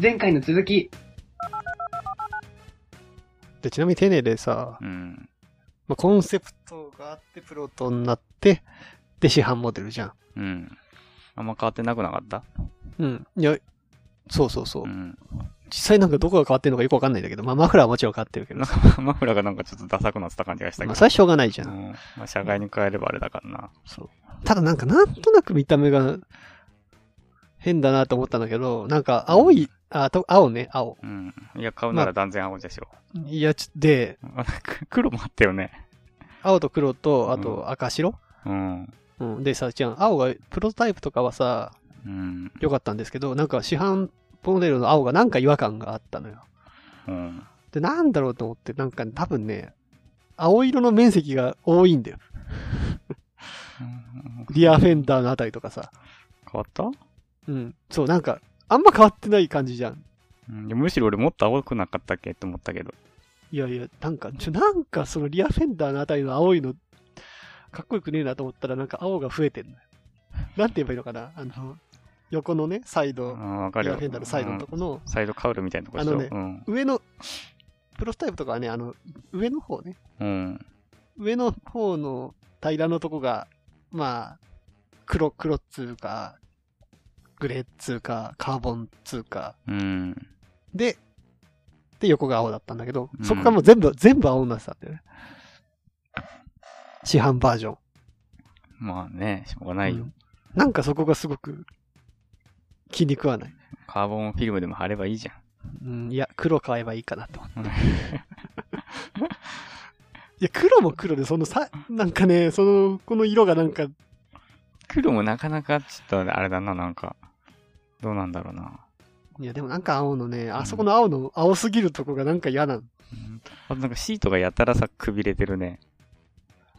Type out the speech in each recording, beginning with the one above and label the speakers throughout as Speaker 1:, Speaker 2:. Speaker 1: 前回の続き。
Speaker 2: で、ちなみに丁寧でさ、
Speaker 3: うん。
Speaker 2: まあ、コンセプトがあって、プロトになって、で、市販モデルじゃん。
Speaker 3: うん。あんま変わってなくなかった
Speaker 2: うん。いや、そうそうそう。
Speaker 3: うん。
Speaker 2: 実際なんかどこが変わってるのかよくわかんないんだけど、まあ、マフラーはもちろん変わってるけど
Speaker 3: なん
Speaker 2: さ。
Speaker 3: か、マフラーがなんかちょっとダサくなってた感じがしたけ
Speaker 2: まあ、
Speaker 3: ど。
Speaker 2: それはしょうがないじゃ。
Speaker 3: うんん。まあ、社外に変えればあれだからな。
Speaker 2: そう。ただなんか、なんとなく見た目が、変だなと思ったんだけど、なんか、青い、あ、と、青ね、青。
Speaker 3: うん。いや、買うなら断然青でしょ。
Speaker 2: いや、ちょで、
Speaker 3: あ、く黒もあったよね。
Speaker 2: 青と黒と、あ
Speaker 3: う
Speaker 2: と赤白、
Speaker 3: うん。
Speaker 2: うん、でさ、じゃあ、青が、プロトタイプとかはさ、
Speaker 3: うん。
Speaker 2: 良かったんですけど、なんか市販モデルの青がなんか違和感があったのよ。
Speaker 3: うん。
Speaker 2: で、なんだろうと思って、なんか多分ね、青色の面積が多いんだよ。リアフェンダーのあたりとかさ。
Speaker 3: 変わった
Speaker 2: うん。そう、なんか、あんま変わってない感じじゃん。
Speaker 3: うんいやむしろ俺もっと青くなかったっけって思ったけど。
Speaker 2: いやいや、なんか、ちょ、なんかそのリアフェンダーのあたりの青いの、かっこよくねえなと思ったら、なんか青が増えてんのよ。なんて言えばいいのかなあの、横のね、サイ
Speaker 3: あ
Speaker 2: ド、
Speaker 3: わか
Speaker 2: リ
Speaker 3: る
Speaker 2: ア
Speaker 3: よ。
Speaker 2: フェンダーのサイドのとこの
Speaker 3: う、んサイドカウルみたいなとこでし
Speaker 2: あ
Speaker 3: ょ。
Speaker 2: のね
Speaker 3: うん。
Speaker 2: 上の、プロスタイプとかはね、あの、上の方ね、
Speaker 3: うん。
Speaker 2: 上の方の平らのとこが、まあ、黒、黒っつうか、グレーっつうか、カーボンっつうか、
Speaker 3: うん。
Speaker 2: で、で、横が青だったんだけど、
Speaker 3: うん
Speaker 2: そこがもう全部、全部青になってたんだよね。市販バージョン。
Speaker 3: まあね、しょうがないよ。
Speaker 2: うんなんかそこがすごく気に食わない。
Speaker 3: カーボンフィルムでも貼ればいいじゃん。
Speaker 2: うん、いや、黒買えばいいか なと思って。
Speaker 3: うん
Speaker 2: いや、黒も黒で、そのさ、なんかね、その、この色がなんか、
Speaker 3: 黒もなかなかちょっとあれだな、なんか。どうなんだろうな。
Speaker 2: いや、でもなんか青のね、あそこの青の、青すぎるとこがなんか嫌なの。
Speaker 3: あとなんかシートがやたらさ、くびれてるね。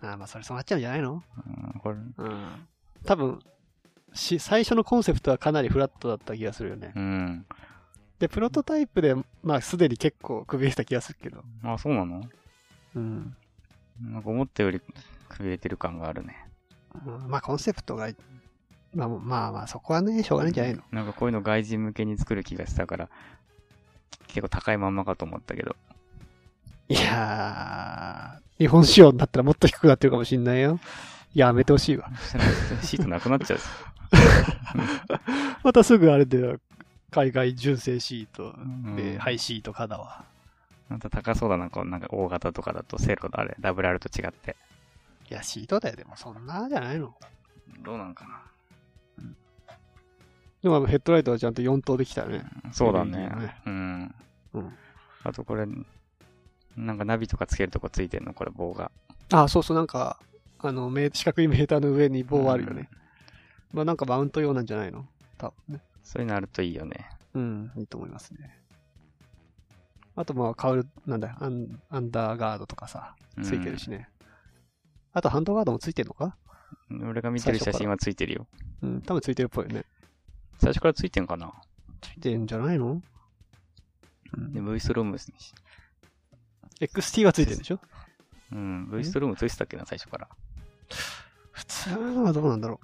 Speaker 2: あーまあ、それ染まっちゃうんじゃないの
Speaker 3: うん、これ、
Speaker 2: うん。多分、し、最初のコンセプトはかなりフラットだった気がするよね。
Speaker 3: うん。
Speaker 2: で、プロトタイプで、まあ、すでに結構くびれてた気がするけど。
Speaker 3: あ、そうなの
Speaker 2: うん。
Speaker 3: なんか思ったよりくびれてる感があるね。
Speaker 2: うんまあ、コンセプトが、まあ、まあまあ、そこはね、しょうがないんじゃないの。
Speaker 3: なんかこういうの外人向けに作る気がしたから、結構高いまんまかと思ったけど。
Speaker 2: いやー、日本仕様になったらもっと低くなってるかもしんないよ。やめてほしいわ。
Speaker 3: そしたらシートなくなっちゃうし。
Speaker 2: またすぐあれだよ。海外純正シート
Speaker 3: う
Speaker 2: で、
Speaker 3: ん
Speaker 2: ハイシートかだわ。
Speaker 3: なんか高そうだな、こう、なんか大型とかだと、セロあれ、ダブル R と違って。
Speaker 2: いや、シートだよ。でも、そんなじゃないの。
Speaker 3: どうなんかな。
Speaker 2: でも、あのヘッドライトはちゃんと4灯できたね。
Speaker 3: そうだ
Speaker 2: いい
Speaker 3: ね
Speaker 2: よね。
Speaker 3: うん。
Speaker 2: うん
Speaker 3: あとこれ、なんかナビとかつけるとこついてんの、これ棒が。
Speaker 2: あそうそう、なんか、あの、メ四角いメーターの上に棒あるよね。まあ、なんかマウント用なんじゃないの多分ね。
Speaker 3: そういうのあるといいよね。
Speaker 2: うん、いいと思いますね。あと、まあ、カウル、なんだよアン、アンダーガードとかさ、
Speaker 3: うん
Speaker 2: ついてるしね。あと、ハンドガードもついてるのか
Speaker 3: 俺が見てる写真はついてるよ。
Speaker 2: うん、多分ついてるっぽいよね。
Speaker 3: 最初からついてんかな
Speaker 2: ついてるんじゃないの
Speaker 3: で、V ストロームですね。
Speaker 2: ?XT はついてるでしょ
Speaker 3: うん、V ストロームついてたっけな、最初から。
Speaker 2: 普通のはどうなんだろ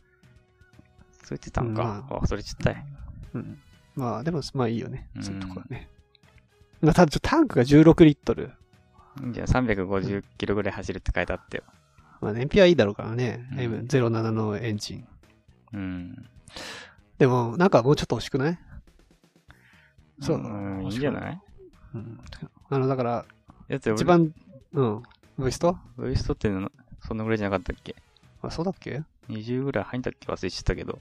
Speaker 3: ついてたんか。
Speaker 2: う
Speaker 3: あ、それちったい。
Speaker 2: う。うん。まあ、でも、まあいいよね。
Speaker 3: うん
Speaker 2: そういうとこはね。まあ、ただちょっとタンクが16リットル。
Speaker 3: じゃあ350キロぐらい走るって書いてあってよ。
Speaker 2: まあ、燃費はいいだろうからね。
Speaker 3: うん
Speaker 2: M07 のエンジン。
Speaker 3: うん。
Speaker 2: でも、なんかもうちょっと欲しくないそう。
Speaker 3: ん、いいんじゃない
Speaker 2: うんあの、だから、
Speaker 3: だって
Speaker 2: 一
Speaker 3: 俺、
Speaker 2: 番、うん。ブイスト
Speaker 3: ウエストってのそんなぐらいじゃなかったっけ
Speaker 2: あ、そうだっけ
Speaker 3: ?20 ぐらい入ったっけ忘れちゃったけど。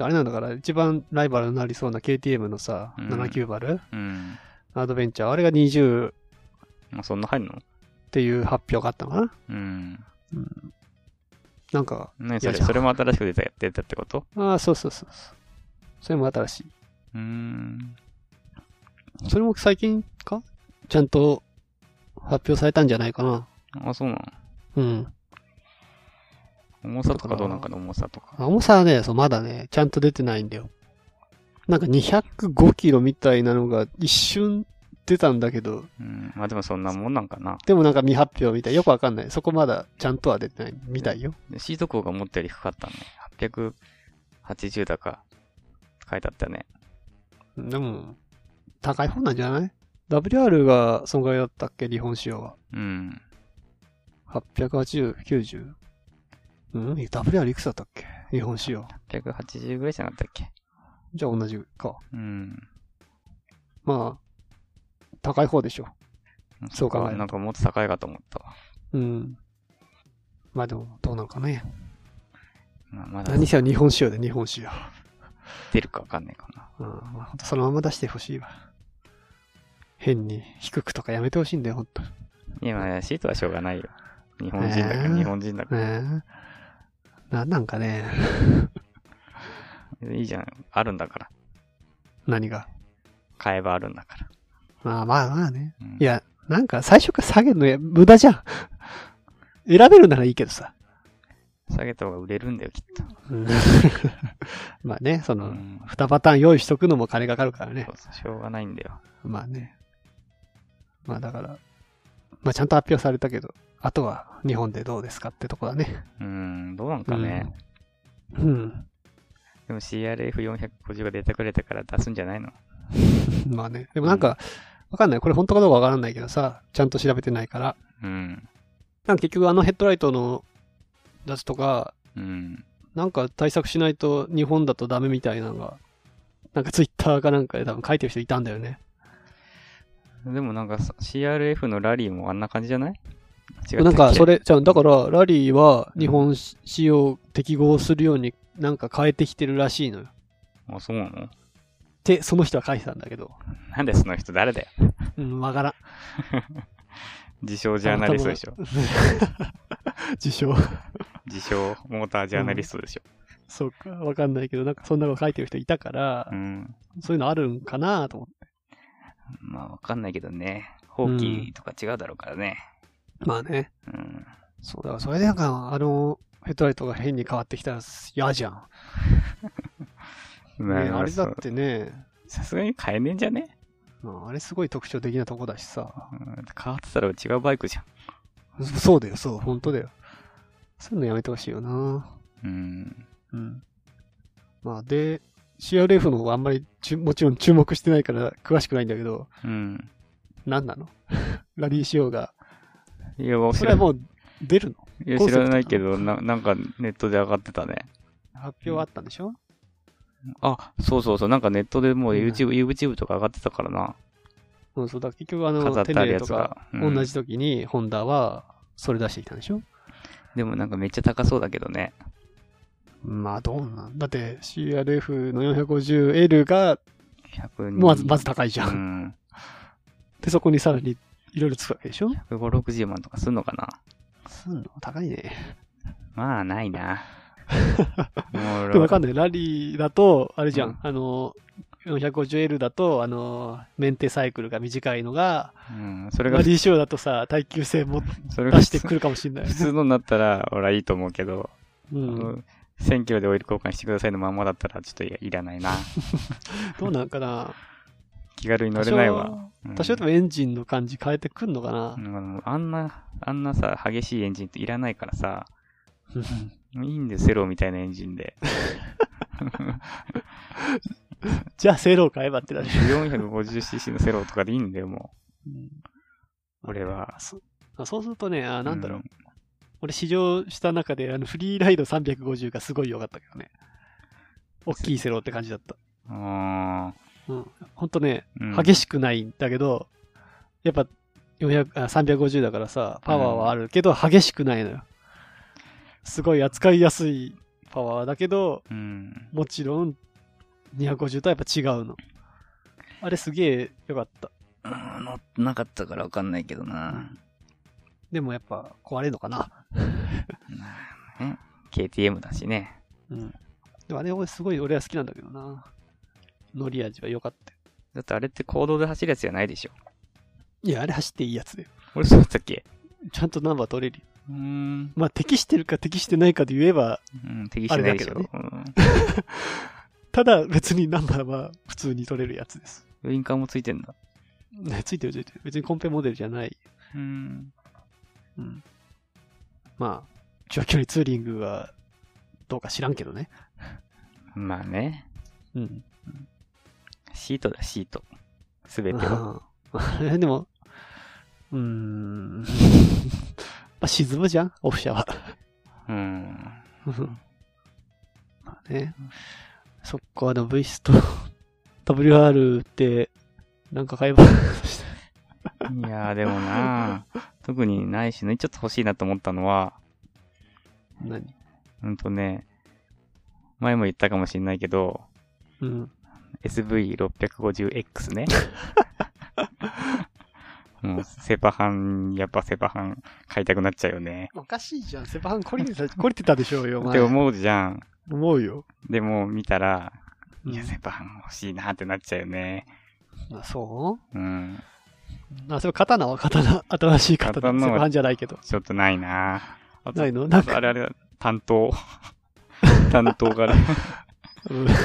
Speaker 2: あれなんだから、一番ライバルになりそうな KTM のさ、
Speaker 3: うん
Speaker 2: 79
Speaker 3: うん。
Speaker 2: アドベンチャー、あれが20っ
Speaker 3: まあ、そんな入るの
Speaker 2: ていう発表があったのかな
Speaker 3: うん。
Speaker 2: なんか、
Speaker 3: ねそ
Speaker 2: いや
Speaker 3: れ、
Speaker 2: じゃあ
Speaker 3: それも新しく出た、やってたってこと
Speaker 2: ああ、そうそうそうそう。それも新しい。
Speaker 3: うん。
Speaker 2: それも最近かちゃんと発表されたんじゃないかな。
Speaker 3: あ、そうなの
Speaker 2: うん。
Speaker 3: 重さとかどうなんかの重さとか。
Speaker 2: 重さはね、そう、まだね、ちゃんと出てないんだよ。なんか205キロみたいなのが一瞬出たんだけど、
Speaker 3: うん。まあでもそんなもんなんかな。
Speaker 2: でもなんか未発表みたい。よくわかんない。そこまだちゃんとは出てないみたいよ。
Speaker 3: でシート高が思ったより低かったね。880だか、書いてあったね。
Speaker 2: でも、高い方なんじゃない ?WR がそのぐらいだったっけ日本仕様は。
Speaker 3: うん。
Speaker 2: 880、90? うん ?WR いくつだったっけ日本仕様。
Speaker 3: 180ぐらいじゃなかったっけ
Speaker 2: じゃあ同じか。
Speaker 3: うん。
Speaker 2: まあ、高い方でしょ。そう考えると
Speaker 3: なんかもっと高いかと思ったわ。
Speaker 2: うん。まあでも、どうなのかね。
Speaker 3: まあ、まだ
Speaker 2: 何せは日本仕様で日本仕様。
Speaker 3: 出るかわかんないかな。
Speaker 2: うん。まあ、ほんとそのまま出してほしいわ。変に低くとかやめてほしいんだよ、ほんと。ね
Speaker 3: 今、シートはしょうがないよ。日本人だから、
Speaker 2: ね
Speaker 3: 日本人だか
Speaker 2: え。なんなんかね。
Speaker 3: ら。いいじゃん。あるんだから。
Speaker 2: 何が。
Speaker 3: 買えばあるんだから。
Speaker 2: まあまあまあね。
Speaker 3: うん
Speaker 2: い、や、なんか最初から下げるのや無駄じゃん。選べるならいいけどさ。
Speaker 3: 下げた方が売れるんだよ、きっと。
Speaker 2: うん まあね、そうの、
Speaker 3: ん
Speaker 2: 2パターン用意しとくのも金かかるからね
Speaker 3: そ。うそうしょうがないんだよ。
Speaker 2: まあね。まあだから、まあちゃんと発表されたけど、あとは日本でどうですかってとこだね。
Speaker 3: うん、どうなんかね。
Speaker 2: うん。
Speaker 3: でも CRF450 が出てくれたから出すんじゃないの
Speaker 2: まあね。でもなんか、わかんない。これ本当かどうかわからないけどさ、ちゃんと調べてないから。
Speaker 3: うん。
Speaker 2: なんか結局あのヘッドライトのやつとか、
Speaker 3: うん。
Speaker 2: なんか対策しないと日本だとダメみたいなのが、なんかツイッターかなんかで多分書いてる人いたんだよね。
Speaker 3: でもなんかさ CRF のラリーもあんな感じじゃない違ったっけ
Speaker 2: なんかそれ、じゃあだからラリーは日本仕様を適合するようになんか変えてきてるらしいのよ。っ
Speaker 3: あ、そうなの
Speaker 2: て、その人は書いてたんだけど。
Speaker 3: なんでその人誰だよ。
Speaker 2: うん、わからん。
Speaker 3: 自称ジャーナリストでしょ。
Speaker 2: 自称。
Speaker 3: 自称モータージャーナリストでしょ。
Speaker 2: そうか、わかんないけど、なんかそんなの書いてる人いたから
Speaker 3: う、ん。
Speaker 2: そういうのあるんかなと思って。
Speaker 3: まあわかんないけどね。放棄とか違うだろうからね。
Speaker 2: まあね。
Speaker 3: うん。
Speaker 2: そうだ、それでなんか、あの、ヘッドライトが変に変わってきたら嫌じゃん。
Speaker 3: う
Speaker 2: ね
Speaker 3: ん
Speaker 2: あれだってね、
Speaker 3: さすがに買えねえんじゃね、
Speaker 2: まああれすごい特徴的なとこだしさ。
Speaker 3: うん、変わってたら違うバイクじゃん。
Speaker 2: そそうだよ、そう、本当だよ。そういうのやめてほしいよな。
Speaker 3: うん。
Speaker 2: うん。まあで、CRF の方はあんまりちゅもちろん注目してないから詳しくないんだけど、
Speaker 3: うん。
Speaker 2: 何なの ラリー仕様が。
Speaker 3: いや、もう
Speaker 2: そ
Speaker 3: 知
Speaker 2: れ
Speaker 3: ら
Speaker 2: はもう出るの
Speaker 3: いや
Speaker 2: コン
Speaker 3: 知
Speaker 2: セプト
Speaker 3: らないけどな、なんかネットで上がってたね。
Speaker 2: 発表あったんでしょ、
Speaker 3: あ、そうそうそう、なんかネットでもう
Speaker 2: うん
Speaker 3: YouTube、YouTube とか上がってたからな。
Speaker 2: うん、そうだ、結局あ
Speaker 3: 飾
Speaker 2: の、
Speaker 3: っ
Speaker 2: テ
Speaker 3: てある
Speaker 2: レ
Speaker 3: や
Speaker 2: と
Speaker 3: つ
Speaker 2: か
Speaker 3: が。うん
Speaker 2: 同じ時にホンダはそれ出してきたんでしょ、
Speaker 3: でもなんかめっちゃ高そうだけどね。
Speaker 2: まあどうなんだって CRF の 450L が
Speaker 3: 100
Speaker 2: まずまず高いじゃん。
Speaker 3: うん。
Speaker 2: で、そこにさらにいろいろつくわけでしょ
Speaker 3: 1 5 60万とかすんのかな
Speaker 2: すんの高いね。
Speaker 3: まあ、ないな。もう
Speaker 2: でもわかんない。ラリーだと、あれじゃん。
Speaker 3: うん
Speaker 2: あの、450L だと、あの、メンテサイクルが短いのが、
Speaker 3: うん、それ
Speaker 2: ラ
Speaker 3: が、
Speaker 2: リー仕様だとさ、耐久性も
Speaker 3: それが
Speaker 2: 出して
Speaker 3: 普
Speaker 2: くるかも しれない。
Speaker 3: 通のになったら、俺はいいと思うけど、
Speaker 2: う。
Speaker 3: うん1000キロでオイル交換してくださいのまんまだったら、ちょっといいらないな。
Speaker 2: どうなんかな
Speaker 3: 気軽に乗
Speaker 2: 多
Speaker 3: れないわ。
Speaker 2: 少、
Speaker 3: うん
Speaker 2: 多少でもエンジンの感じ変えてくんのかな、
Speaker 3: うんあんな、あんなさ、激しいエンジンっていらないからさ、
Speaker 2: うん
Speaker 3: いいんですセロみたいなエンジンで。
Speaker 2: じゃあ、セロー買えばってなる。
Speaker 3: 450cc のセロとかでいいんだよ、もう。俺は。
Speaker 2: あそあそうするとね、あなんだろう、
Speaker 3: うん
Speaker 2: 俺試乗した中で、あの、フリーライド350がすごい良かったけどね。大きいセローって感じだった。
Speaker 3: あ
Speaker 2: うん。ほんとね、
Speaker 3: ーうん
Speaker 2: 激しくないんだけど、やっぱ400あ350だからさ、パワーはあるけど、激しくないのよ。すごい扱いやすいパワーだけど、
Speaker 3: うん。
Speaker 2: もちろん250とはやっぱ違うの。あれすげえ良かった。
Speaker 3: うん乗ってなかったからわかんないけどな。
Speaker 2: でもやっぱ壊れるのかな。
Speaker 3: ね KTM だしね。
Speaker 2: うん。でもあれ俺すごい俺は好きなんだけどな。乗り味は良かったよ。
Speaker 3: だってあれって公道で走るやつじゃないでしょ。
Speaker 2: いや、あれ走っていいやつだよ。
Speaker 3: 俺そうだったっけ
Speaker 2: ちゃんとナンバー取れるよ。
Speaker 3: うーん。
Speaker 2: まあ適してるか適してないかで言えば、
Speaker 3: うん、適してないでし
Speaker 2: あ
Speaker 3: ょ
Speaker 2: れだ。
Speaker 3: うん
Speaker 2: ただ別にナンバーは普通に取れるやつです。
Speaker 3: ウインカーもついてんだ。
Speaker 2: ね、ついてるついてる。別にコンペモデルじゃない。
Speaker 3: うん。
Speaker 2: うん。まあ、長距離ツーリングはどうか知らんけどね。
Speaker 3: まあね。
Speaker 2: うん。
Speaker 3: シートだ、シート。すべてを。
Speaker 2: うん、で も、うーん。ま あ、沈むじゃんオフ車は。
Speaker 3: うん。
Speaker 2: まあね。そっか、でも V スと WR って、なんか買えば、
Speaker 3: いやーでもなー特にないしね、ちょっと欲しいなと思ったのは、
Speaker 2: 何
Speaker 3: うんとね、前も言ったかもしれないけど、
Speaker 2: うん。
Speaker 3: SV650X ね。もう、セパハン、やっぱセパハン買いたくなっちゃうよね。
Speaker 2: おかしいじゃん。セパハン懲りてた、 懲りてたでしょうよ、お
Speaker 3: っ
Speaker 2: 前
Speaker 3: て。思うじゃん。
Speaker 2: 思うよ。
Speaker 3: でも、見たら、
Speaker 2: うん
Speaker 3: いや、セパハン欲しいなってなっちゃうよね。
Speaker 2: あそ
Speaker 3: うん。
Speaker 2: うあ、それ刀は刀。新しい刀。
Speaker 3: 刀は
Speaker 2: セパハンじゃないけど。
Speaker 3: ちょっとないなあと
Speaker 2: ないのなんか
Speaker 3: あれあれ、担 当。担当がね、
Speaker 2: うん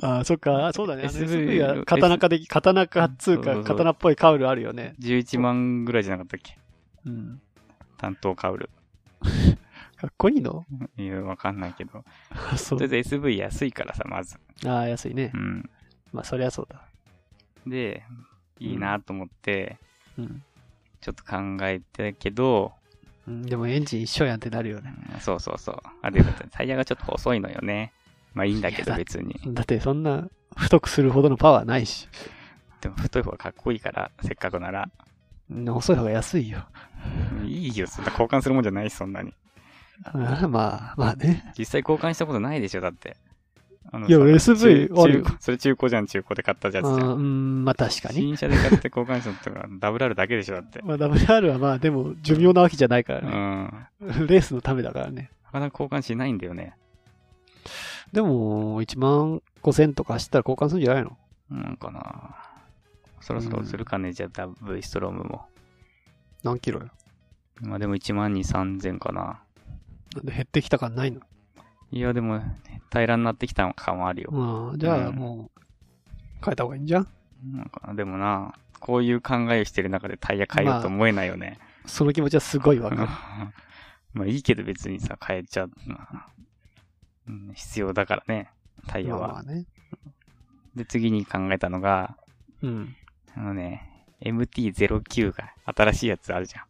Speaker 2: あそっか、そうだね。あの
Speaker 3: SV
Speaker 2: SV が刀化で、刀化っつう
Speaker 3: そうそ
Speaker 2: か、
Speaker 3: うそう
Speaker 2: 刀っぽいカウルあるよね。
Speaker 3: 11万ぐらいじゃなかったっけ
Speaker 2: うん。
Speaker 3: 担当カウル。
Speaker 2: かっこいいの
Speaker 3: いや、わかんないけど。
Speaker 2: そ
Speaker 3: とり
Speaker 2: う。
Speaker 3: あえず SV 安いからさ、まず。
Speaker 2: ああ、安いね
Speaker 3: う。ん。
Speaker 2: まあ、そりゃそうだ。
Speaker 3: で、いいなと思って、
Speaker 2: うん。
Speaker 3: ちょっと考えてたけど、
Speaker 2: うんでもエンジン一緒やんってなるよね。
Speaker 3: うんそうそうそう。あれだったタイヤがちょっと細いのよね。まあいいんだけ
Speaker 2: いや
Speaker 3: ど
Speaker 2: だ
Speaker 3: 別に。
Speaker 2: だってそんな、太くするほどのパワーないし。
Speaker 3: でも太い方がかっこいいから、せっかくなら。
Speaker 2: うん細い方が安いよ。
Speaker 3: いいよ、そんな交換するもんじゃないし、そんなに。
Speaker 2: うんまあ、まあね。
Speaker 3: 実際交換したことないでしょ、だって。あの
Speaker 2: いや
Speaker 3: さ
Speaker 2: SV
Speaker 3: 中
Speaker 2: あるよ
Speaker 3: 中古それ中古じゃん、中古で買ったやつ
Speaker 2: う
Speaker 3: じ
Speaker 2: ん、
Speaker 3: ゃん。
Speaker 2: うんまあ確かに。
Speaker 3: 新車で買って交換したのとか、ダブルあるだけでしょ、だって。
Speaker 2: まあ、WR はまあでも寿命なわけじゃないから
Speaker 3: うん。
Speaker 2: ね。
Speaker 3: な
Speaker 2: レースのためだからね。
Speaker 3: かなか交換しないんだよね。
Speaker 2: でも、1万5000とか走ったら交換するんじゃないの
Speaker 3: なんかなそろそろするかね、じゃあ、ダブルストロームも。
Speaker 2: 何キロよ。
Speaker 3: まあでも1万2、3000かな。
Speaker 2: なんで減ってきた感ないの
Speaker 3: いや、でも、平らになってきたのかもあるよ。
Speaker 2: まあ、じゃあ
Speaker 3: うん
Speaker 2: もう、変えた方がいいんじゃん
Speaker 3: なんかなでもな、こういう考えをしてる中でタイヤ変えようと思えないよね。
Speaker 2: その気持ちはすごいわ
Speaker 3: うん
Speaker 2: かる。
Speaker 3: まあいいけど別にさ、変えちゃうのは、うん、必要だからね、タイヤ
Speaker 2: まあ
Speaker 3: は。
Speaker 2: まあね。
Speaker 3: で、次に考えたのが、
Speaker 2: うん。
Speaker 3: あのね、MT-09 が新しいやつあるじゃ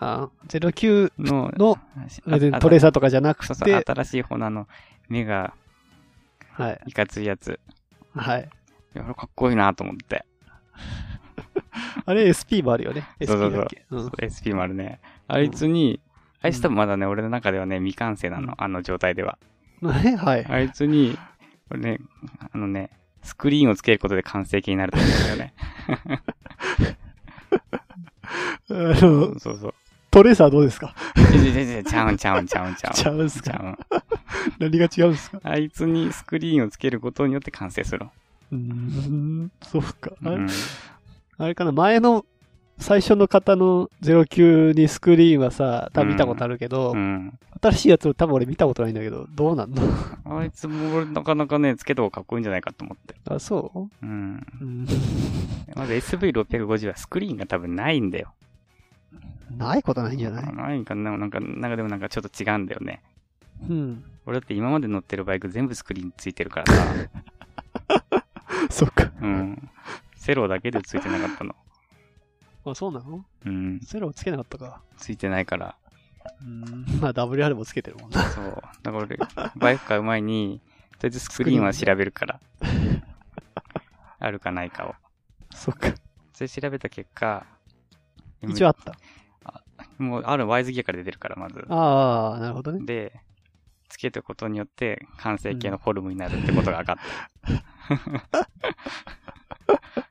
Speaker 2: あ09
Speaker 3: ん。の、
Speaker 2: の
Speaker 3: あ
Speaker 2: 別に
Speaker 3: あ
Speaker 2: トレーサーとかじゃなく
Speaker 3: そうそう
Speaker 2: て、
Speaker 3: 新しい方のあの、目が
Speaker 2: はい。
Speaker 3: いかついやつ。
Speaker 2: はい。
Speaker 3: いや、これかっこいいなと思って。
Speaker 2: あれ SP もあるよね。
Speaker 3: そうそ
Speaker 2: SP
Speaker 3: うそう
Speaker 2: だっけ。うん
Speaker 3: SP もあるね。あいつに、あいつ多分まだね、俺の中ではね、未完成な
Speaker 2: うん
Speaker 3: の、あの状態では。
Speaker 2: ね はい。
Speaker 3: あいつに、これね、あのね、スクリーンをつけることで完成形になると思うんだ よね。
Speaker 2: あの、
Speaker 3: そうそう。
Speaker 2: トレーサーどうですか
Speaker 3: ちゃちゃちゃうんちゃうんちゃうんちゃうん。
Speaker 2: ちゃうんす
Speaker 3: ちゃ
Speaker 2: か
Speaker 3: うん。
Speaker 2: 何が違うんですか
Speaker 3: あいつにスクリーンをつけることによって完成するの。
Speaker 2: うーん、そうか。あ
Speaker 3: う
Speaker 2: れ,、
Speaker 3: ん。
Speaker 2: あれかな前の、最初の方の09にスクリーンはさ、多分見たことあるけど、
Speaker 3: うん。
Speaker 2: 新しいやつを多分俺見たことないんだけど、どうなんの
Speaker 3: あいつも俺なかなかね、つけた方がかっこいいんじゃないかと思って。
Speaker 2: あ、そ
Speaker 3: うん。
Speaker 2: う、うん、
Speaker 3: まず SV650 はスクリーンが多分ないんだよ。
Speaker 2: ないことないんじゃない
Speaker 3: ないんかな、なんか、なんかでもなんかちょっと違うんだよね。
Speaker 2: うん。
Speaker 3: 俺だって今まで乗ってるバイク全部スクリーンついてるからさ。
Speaker 2: そっか。
Speaker 3: うん。セロだけでついてなかったの。
Speaker 2: あ、そうなの
Speaker 3: うん。
Speaker 2: セロつけなかったか。
Speaker 3: ついてないから。
Speaker 2: うん。まあ、WR もつけてるもんな。
Speaker 3: そう。だから俺、バイク買う前に、とりあえずスクリーンは調べるから。あるかないかを。
Speaker 2: そっか。
Speaker 3: それ調べた結果、
Speaker 2: 一応あった。
Speaker 3: もうあるワイズギアから出てるから、まず。
Speaker 2: ああ、なるほどね。
Speaker 3: で、つけたことによって完成形のフォルムになるってことが分かっ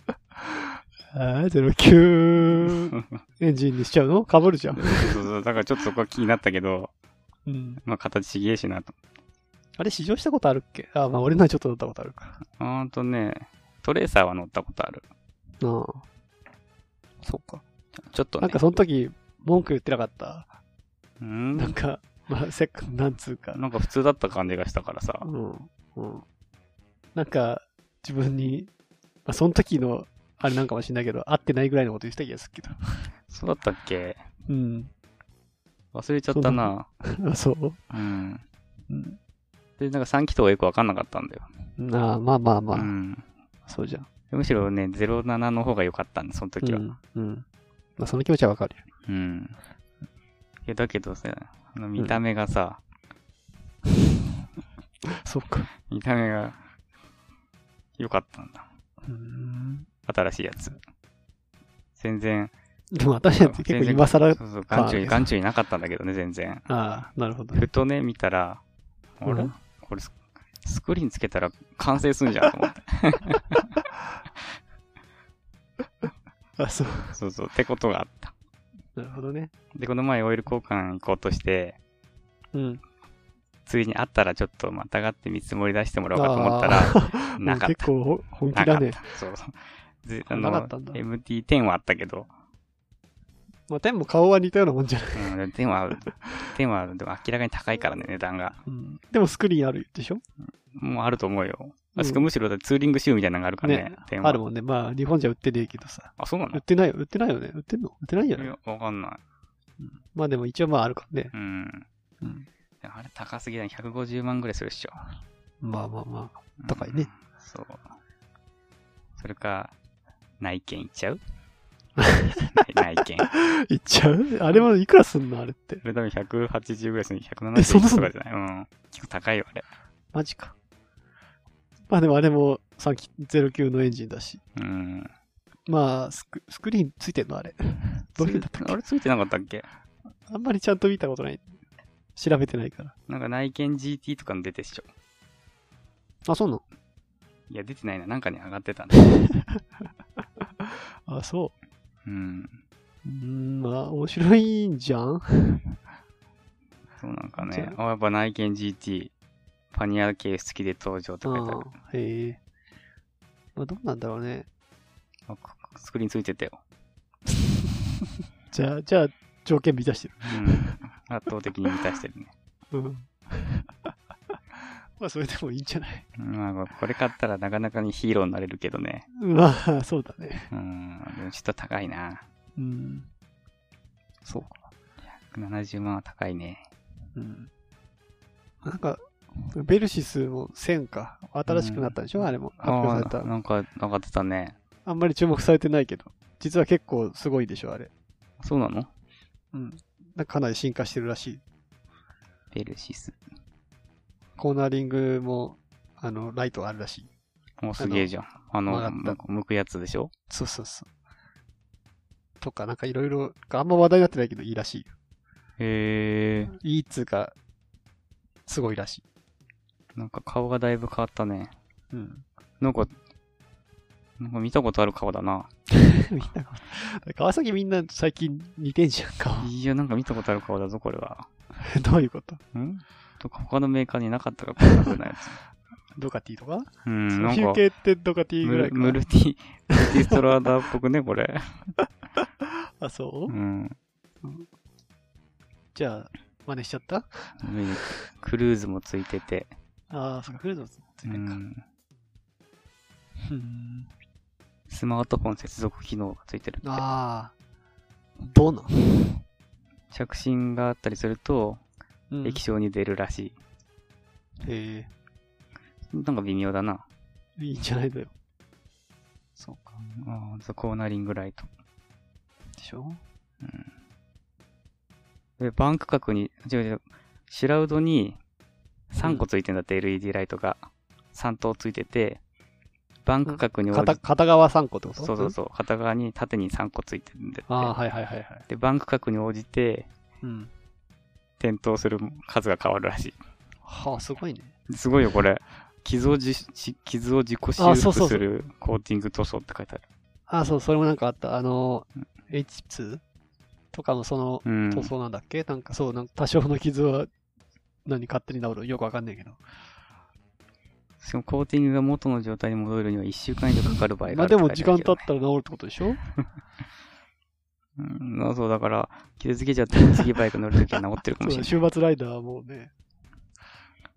Speaker 2: ああ、09
Speaker 3: た。
Speaker 2: エンジンにしちゃうのかぶるじゃん。
Speaker 3: そうそう。だからちょっとそこは気になったけど、
Speaker 2: うん。
Speaker 3: まあ形ちげえしなと。
Speaker 2: あれ、試乗したことあるっけあまあ、俺のはちょっと乗ったことあるか。
Speaker 3: あーんとね、トレーサーは乗ったことある。
Speaker 2: ああ。そっか。
Speaker 3: ちょっと
Speaker 2: なん
Speaker 3: ね
Speaker 2: か。その時、文句言ってなかった。
Speaker 3: うん
Speaker 2: なんか、まあ、せっかなんつうか。
Speaker 3: なんか普通だった感じがしたからさ
Speaker 2: う。ん。うん。なんか、自分に、まあ、その時の、あれなんかもしんないけど、合ってないぐらいのこと言ってた気がするけど。
Speaker 3: そうだったっけ
Speaker 2: うん。
Speaker 3: 忘れちゃったな。
Speaker 2: あそう。
Speaker 3: うん。
Speaker 2: うん
Speaker 3: で、なんか3気筒がよくわかんなかったんだよ。
Speaker 2: なあ、まあまあまあ。
Speaker 3: うん。
Speaker 2: そうじゃん。
Speaker 3: むしろね、07の方が良かったんその時は。うん。
Speaker 2: うん。まあ、その気持ちはわかるよ。
Speaker 3: いや、だけどさ、あの見た目がさ、
Speaker 2: そうか。
Speaker 3: 見た目が良かったんだ。
Speaker 2: うん。
Speaker 3: 新しいやつ。全然。
Speaker 2: でも私だって 結構今更、あ
Speaker 3: そうそう、眼中に、
Speaker 2: まあ
Speaker 3: 眼中になかったんだけどね、全然。
Speaker 2: あ、なるほどね
Speaker 3: ふ。とね、見たら、あれ、
Speaker 2: うん
Speaker 3: これス、スクリーンつけたら完成すんじゃんと思って。
Speaker 2: あ、そう。
Speaker 3: そうそう、ってことがあった。
Speaker 2: なるほどね。
Speaker 3: で、この前オイル交換行こうとして、
Speaker 2: うん。
Speaker 3: ついにあったらちょっとまたがって見積もり出してもらおうかと思ったら、
Speaker 2: あー、
Speaker 3: なかっ
Speaker 2: 結構ほ本気
Speaker 3: なか
Speaker 2: だ
Speaker 3: っ
Speaker 2: ね。
Speaker 3: た。そうそう。で、
Speaker 2: あ
Speaker 3: あ
Speaker 2: なか
Speaker 3: の、
Speaker 2: ったんだ
Speaker 3: MT10 はあったけど、
Speaker 2: まあ、天も顔は似たようなもんじゃない。
Speaker 3: うん、10は、10は でも明らかに高いからね、値段が。
Speaker 2: うん。でもスクリーンあるでしょ
Speaker 3: もうあると思うよ。
Speaker 2: うん
Speaker 3: あしかもむしろだってツーリングシューみたいなのがあるからね
Speaker 2: ね、
Speaker 3: 10は
Speaker 2: あるもんね。まあ、日本じゃ売ってねえけどさ。
Speaker 3: あ、そうな
Speaker 2: 売
Speaker 3: の
Speaker 2: ってないよ、売ってないよね。売ってんの売ってないんじゃない
Speaker 3: いや、わかんない。
Speaker 2: まあでも一応まああるからね。
Speaker 3: うん。
Speaker 2: うん
Speaker 3: あれ高すぎない。150万ぐらいするっしょ。
Speaker 2: まあまあまあ。 高いね
Speaker 3: うん。そう。それか、内見行っ ちゃう内見。
Speaker 2: いっちゃうあれはいくらすんのあれって。
Speaker 3: それ多分180ぐらいする。
Speaker 2: え
Speaker 3: 170
Speaker 2: そんなす
Speaker 3: と
Speaker 2: んの
Speaker 3: かじゃないうん。結構高いよ、あれ。
Speaker 2: マジか。まあでもあれも309のエンジンだし。
Speaker 3: うん。
Speaker 2: まあスク、スクリーンついてんのあ れ。どれだったっけ
Speaker 3: あれついてなかったっけ
Speaker 2: あんまりちゃんと見たことない。調べてないから。
Speaker 3: なんか内見 GT とかの出てっしょ。
Speaker 2: あ、そうなの
Speaker 3: いや、出てないな。なんかに上がってたんだ。
Speaker 2: あ、そ
Speaker 3: うん。
Speaker 2: う。うーん、まあ、面白いんじゃん
Speaker 3: そうなんか
Speaker 2: じ
Speaker 3: ね
Speaker 2: ゃ。
Speaker 3: あ、やっぱ内見 GT。パニアケース付きで登場とか書いてある
Speaker 2: あへえ。まあ、どうなんだろうね。
Speaker 3: あこスクリーンついてたよ。
Speaker 2: じゃあ、じゃあ、条件満たしてる。
Speaker 3: うん。圧倒的に満たしてるね。
Speaker 2: うん。まあ、それでもいいんじゃない
Speaker 3: まあ、これ買ったらなかなかにヒーローになれるけどね。
Speaker 2: まあ、そうだね。
Speaker 3: うん。でもちょっと高いな。
Speaker 2: うん。そうか。
Speaker 3: 170万は高いね。
Speaker 2: うん。なんか、ベルシスも1000か。新しくなったでしょ、あれも。発表され
Speaker 3: あー
Speaker 2: た。
Speaker 3: なんか、上がってたね。
Speaker 2: あんまり注目されてないけど。実は結構すごいでしょ、あれ。
Speaker 3: そうなの
Speaker 2: うん。なんかかなり進化してるらしい。
Speaker 3: ベルシス。
Speaker 2: コーナーリングも、あの、ライトあるらしい。
Speaker 3: もうすげえじゃん。あの、
Speaker 2: 曲がった
Speaker 3: むむくやつでしょ
Speaker 2: そうそうそう。とか、なんかいろいろ、あんま話題になってないけどいいらしいよ。
Speaker 3: へえ。
Speaker 2: いいっつうか、すごいらしい。
Speaker 3: なんか顔がだいぶ変わったね。
Speaker 2: うん。
Speaker 3: なんか、なんか見たことある顔だな。
Speaker 2: みんなこう、川崎みんな最近似てんじゃん、顔。
Speaker 3: いや、なんか見たことある顔だぞ、これは。
Speaker 2: どういうこと
Speaker 3: んとか他のメーカーになかったか、こんな風なや つ。
Speaker 2: ドカティとか
Speaker 3: うん、なん
Speaker 2: 休
Speaker 3: か、
Speaker 2: 憩ってドカティ
Speaker 3: ム
Speaker 2: ぐらい
Speaker 3: ル
Speaker 2: か。
Speaker 3: ムルティ、ムルティストラーダーっぽくね、これ。
Speaker 2: あ、そう、
Speaker 3: うん。
Speaker 2: じゃあ、真似しちゃった
Speaker 3: クルーズもついてて。
Speaker 2: ああ、そっか、フレーズもついてる
Speaker 3: う
Speaker 2: か。
Speaker 3: ん
Speaker 2: うん
Speaker 3: スマートフォン接続機能がついてるって。
Speaker 2: ああ、どうな
Speaker 3: 着信があったりすると、
Speaker 2: の
Speaker 3: 液晶に出るらし
Speaker 2: え
Speaker 3: い。なんか微妙だな。
Speaker 2: えいいんじゃないだよ。
Speaker 3: そうか。ああ、そうコーナリングライト。
Speaker 2: でしょ
Speaker 3: え、バンク角に、違う違う、シュラウドに3個ついてんだって、LED ライトが。3灯ついてて、バンク角に折り
Speaker 2: 片片側3個ってこと
Speaker 3: そうそうそう、片側に縦に3個ついてるんだって。
Speaker 2: ああ、はいはいはいはい。
Speaker 3: で、バンク角に応じて、
Speaker 2: うん。
Speaker 3: 点灯する数が変わるらし
Speaker 2: はあ、すごいね。
Speaker 3: い。すごいよ、これ。傷をじし傷を自己修
Speaker 2: あそうそうそう
Speaker 3: 復するコーティング塗装って書いてある。
Speaker 2: ああ、そう、それもなんかあった。あの、H2 とかもその
Speaker 3: うん。
Speaker 2: 塗装なんだっけ、なんかそう、なんか多少の傷は何勝手に治るよくわかんないけど。
Speaker 3: しかもコーティングが元の状態に戻るには1週間以上かかる場合が
Speaker 2: ま
Speaker 3: あ
Speaker 2: あ
Speaker 3: る
Speaker 2: で
Speaker 3: って書
Speaker 2: も
Speaker 3: いて
Speaker 2: 時
Speaker 3: あ
Speaker 2: 間経っ
Speaker 3: るけどね
Speaker 2: たら治るってことでしょ
Speaker 3: うん、あそう、だから、傷つけちゃっても次バイク乗るときは治ってるか
Speaker 2: そ
Speaker 3: も
Speaker 2: うだ
Speaker 3: しれ ない。
Speaker 2: 週末ライダーはもうね、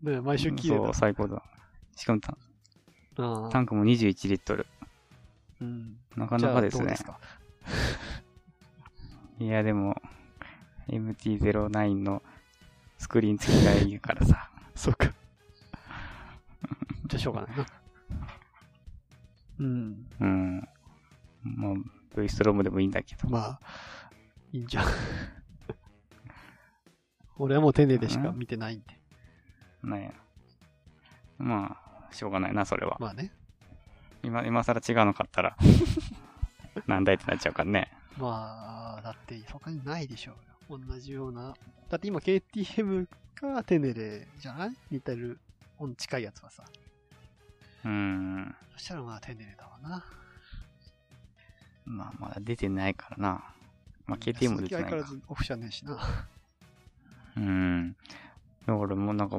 Speaker 2: ね毎週綺麗
Speaker 3: そう、最高だ。しかもタ
Speaker 2: だな。
Speaker 3: タンクも21リットル。
Speaker 2: うん。
Speaker 3: なかなかです
Speaker 2: じゃあどう
Speaker 3: ね
Speaker 2: で。すか
Speaker 3: いや、でも、MT-09 のスクリーン付きがいいからさ。
Speaker 2: そうか。じゃあしょうがないな。うん。
Speaker 3: うん。まあ、V ストロームでもいいんだけど。
Speaker 2: まあ、いいんじ ゃん。俺はもう丁寧でしか見てないんで。
Speaker 3: なんや。まあ、しょうがないな、それは。
Speaker 2: まあね。
Speaker 3: 今、今更違うの買ったら、 なんだいってなっちゃうからね。
Speaker 2: まあ、だって他にないでしょうよ。同じような。だって今 KTM かテネレじゃない似てる、うん近いやつはさ。
Speaker 3: うん。
Speaker 2: そしたらまあテネレだわな。
Speaker 3: まあ、まだ出てないからな。まあ、
Speaker 2: い
Speaker 3: KTM
Speaker 2: や
Speaker 3: も
Speaker 2: 鈴木
Speaker 3: 出てない
Speaker 2: 相変
Speaker 3: から
Speaker 2: わら。ずオフじゃねえしな。
Speaker 3: うん。だからもうなんか、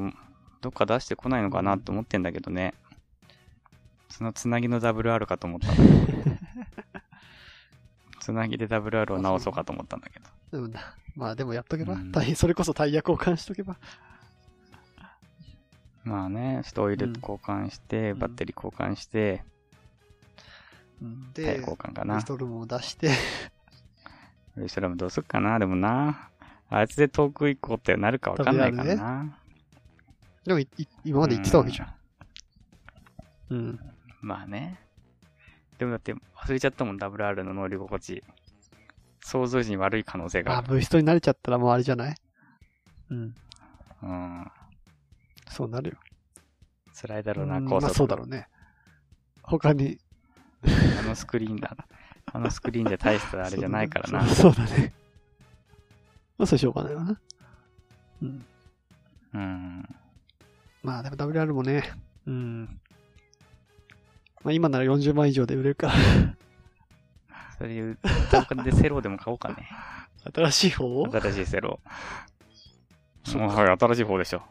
Speaker 3: どっか出してこないのかなって思ってんだけどね。そのつなぎの WR か と思ったんだけど。つなぎで WR を直そうかと思ったんだけど。
Speaker 2: うん、まあでもやっとけば、
Speaker 3: うん
Speaker 2: タイそれこそタイヤ交換しとけば。
Speaker 3: まあね、ちょっとオイル
Speaker 2: うん
Speaker 3: 交換して、
Speaker 2: うん
Speaker 3: バッテリー交換して、
Speaker 2: うん
Speaker 3: タイヤ
Speaker 2: で、
Speaker 3: 交換か
Speaker 2: ピ
Speaker 3: な
Speaker 2: ス。トルも出して、
Speaker 3: ウルスラムどうすっかな、でもな。あいつで遠く行こうってなるかわかんないからな。
Speaker 2: でもいい今まで行ってたわけじゃん。
Speaker 3: ゃん。
Speaker 2: うん。
Speaker 3: まあね。でもだって忘れちゃったもん、WR の乗り心地。想像時に悪い可能性が
Speaker 2: あ、
Speaker 3: ある。
Speaker 2: ブーストに慣れちゃったらもうあれじゃないうん。
Speaker 3: うん。
Speaker 2: そうなるよ。
Speaker 3: 辛いだろうな、
Speaker 2: うん
Speaker 3: 高速。
Speaker 2: まあそうだろうね。他に。
Speaker 3: あのスクリーンだ。あのスクリーンじゃ大したあれじゃないから な。
Speaker 2: そうだね。そうだねまあそれしょうがないわな。うん。
Speaker 3: うん。
Speaker 2: まあでも WR もね、うん。まあ今なら40万以上で売れるから、
Speaker 3: それ言う、単価でセローでも買おうかね。
Speaker 2: 新しい方を
Speaker 3: 新しいセロー。
Speaker 2: そう
Speaker 3: もうはい、新しい方でしょ。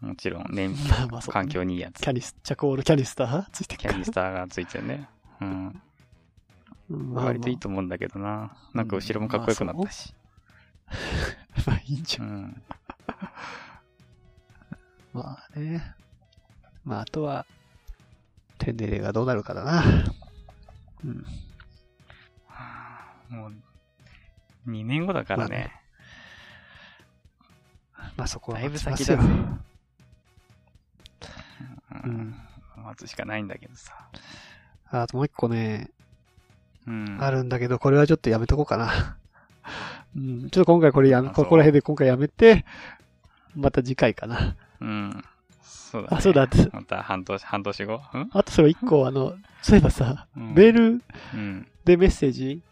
Speaker 3: もちろん、ね、
Speaker 2: まあまあそうだね
Speaker 3: 環境にいいやつ
Speaker 2: キ。ャニス、チャコールキャニスターついて
Speaker 3: キ
Speaker 2: るか
Speaker 3: ャ
Speaker 2: ら
Speaker 3: ニス。ターがついてるね。うん。
Speaker 2: うんまあまあ
Speaker 3: 割といいと思うんだけどな。なんか後ろもかっこよくなったし。
Speaker 2: まあいいんじ
Speaker 3: う
Speaker 2: ゃん。
Speaker 3: ん。
Speaker 2: まあね。まああとは、テンデレがどうなるかだな。うん。
Speaker 3: はあもう、2年後だからね。
Speaker 2: まあそこは
Speaker 3: だいぶ
Speaker 2: 待ちま
Speaker 3: 先
Speaker 2: す
Speaker 3: だ
Speaker 2: よ
Speaker 3: ぜ。。
Speaker 2: う
Speaker 3: う
Speaker 2: ん
Speaker 3: ん。待つしかないんだけどさ。
Speaker 2: あともう一個ね、
Speaker 3: うん。
Speaker 2: あるんだけど、これはちょっとやめとこうかな。うん、ちょっと今回これやめ、
Speaker 3: あそ
Speaker 2: こ
Speaker 3: う
Speaker 2: こら辺で今回やめて、また次回かな。
Speaker 3: うん。そうだ、ね。
Speaker 2: あ、そうだ、。
Speaker 3: また半年、半年後ん
Speaker 2: あとそれ一個、あの、そういえばさ、
Speaker 3: うん
Speaker 2: メール
Speaker 3: うん。
Speaker 2: でメッセージ、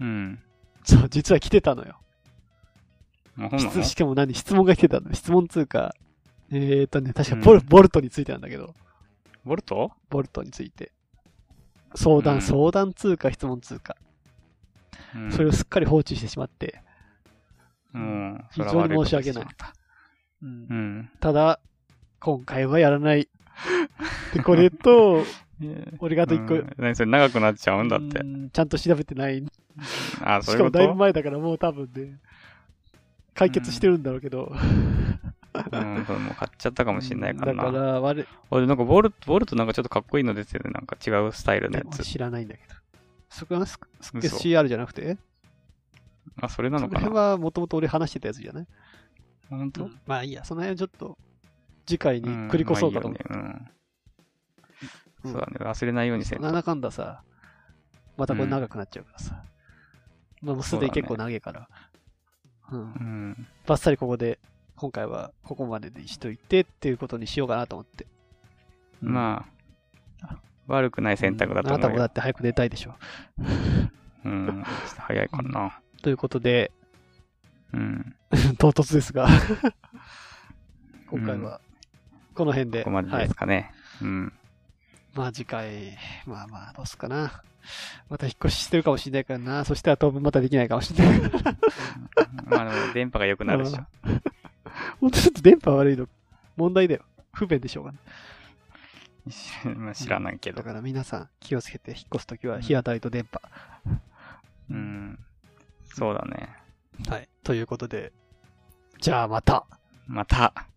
Speaker 3: うん。
Speaker 2: そう、実は来てたのよ。
Speaker 3: もうほんな
Speaker 2: 質
Speaker 3: の
Speaker 2: しかも何質問が来てたの質問通か、えーとね、確かボル,、
Speaker 3: うん
Speaker 2: ボルトについてなんだけど、
Speaker 3: ボルト
Speaker 2: ボルトについて。相談、
Speaker 3: うん
Speaker 2: 相談通貨、質問通貨。
Speaker 3: うん
Speaker 2: それをすっかり放置してしまって。
Speaker 3: うん。
Speaker 2: 非常に申し訳ない
Speaker 3: それは悪いことしてしまった。
Speaker 2: うん
Speaker 3: うん。
Speaker 2: ただ、今回はやら ない。で、これと、俺があと一個、
Speaker 3: うん何それ長くなっちゃうんだって
Speaker 2: う。んちゃんと調べてない。
Speaker 3: あ、そう
Speaker 2: し
Speaker 3: い
Speaker 2: か
Speaker 3: うこ
Speaker 2: も
Speaker 3: と
Speaker 2: だいぶ前だからもう多分ね、解決してるんだろうけど。
Speaker 3: うん、それもう買っちゃったかもしれないから
Speaker 2: だか
Speaker 3: な。
Speaker 2: ら、悪い。
Speaker 3: 俺なんかボルト、ボルトなんかちょっとかっこいいの出てる。なんか違うスタイルの
Speaker 2: で
Speaker 3: や
Speaker 2: も
Speaker 3: つ。
Speaker 2: 知らないんだけど。そこはスス
Speaker 3: 嘘
Speaker 2: SCR じゃなくて
Speaker 3: あ、それな
Speaker 2: そ
Speaker 3: の
Speaker 2: こ
Speaker 3: から
Speaker 2: 辺
Speaker 3: な。
Speaker 2: はもともと俺話してたやつじゃない、
Speaker 3: 本当
Speaker 2: まあいいや、その辺はちょっと、次回に
Speaker 3: うん
Speaker 2: 繰り越そうかと思って。
Speaker 3: まあいいよね
Speaker 2: う
Speaker 3: う。
Speaker 2: んん
Speaker 3: そうだね。忘れないようにせんと
Speaker 2: なんだかんださ、またこれ長くなっちゃうからさ。まあもうすでに結構長いから。うん
Speaker 3: う。ん。
Speaker 2: ばっさりここで、今回はここまでにしといてっていうことにしようかなと思って。
Speaker 3: まあ、悪くない選択だと
Speaker 2: あなた
Speaker 3: 思う
Speaker 2: もだ
Speaker 3: よ。
Speaker 2: って早く寝たいでしょ。
Speaker 3: うん。ちょっと早いかな。
Speaker 2: ということで、
Speaker 3: うん。
Speaker 2: 唐突です が、今回はこの辺で、
Speaker 3: ここまで
Speaker 2: は
Speaker 3: で
Speaker 2: い
Speaker 3: す。かね。うん。
Speaker 2: まあ次回、まあまあ、どうすっかな。また引っ越ししてるかもしれないからな。そしたら当分またできないかもしれない から。
Speaker 3: まあでも電波が良くなる でしょ。
Speaker 2: ほんとちょっと電波悪いの、問題だよ。不便でしょうがない。
Speaker 3: まあ知らないけど
Speaker 2: だ。から皆さん気をつけて引っ越すときは日当たりと電波。
Speaker 3: うん。そうだね。
Speaker 2: はい。ということで、じゃあまた。
Speaker 3: また。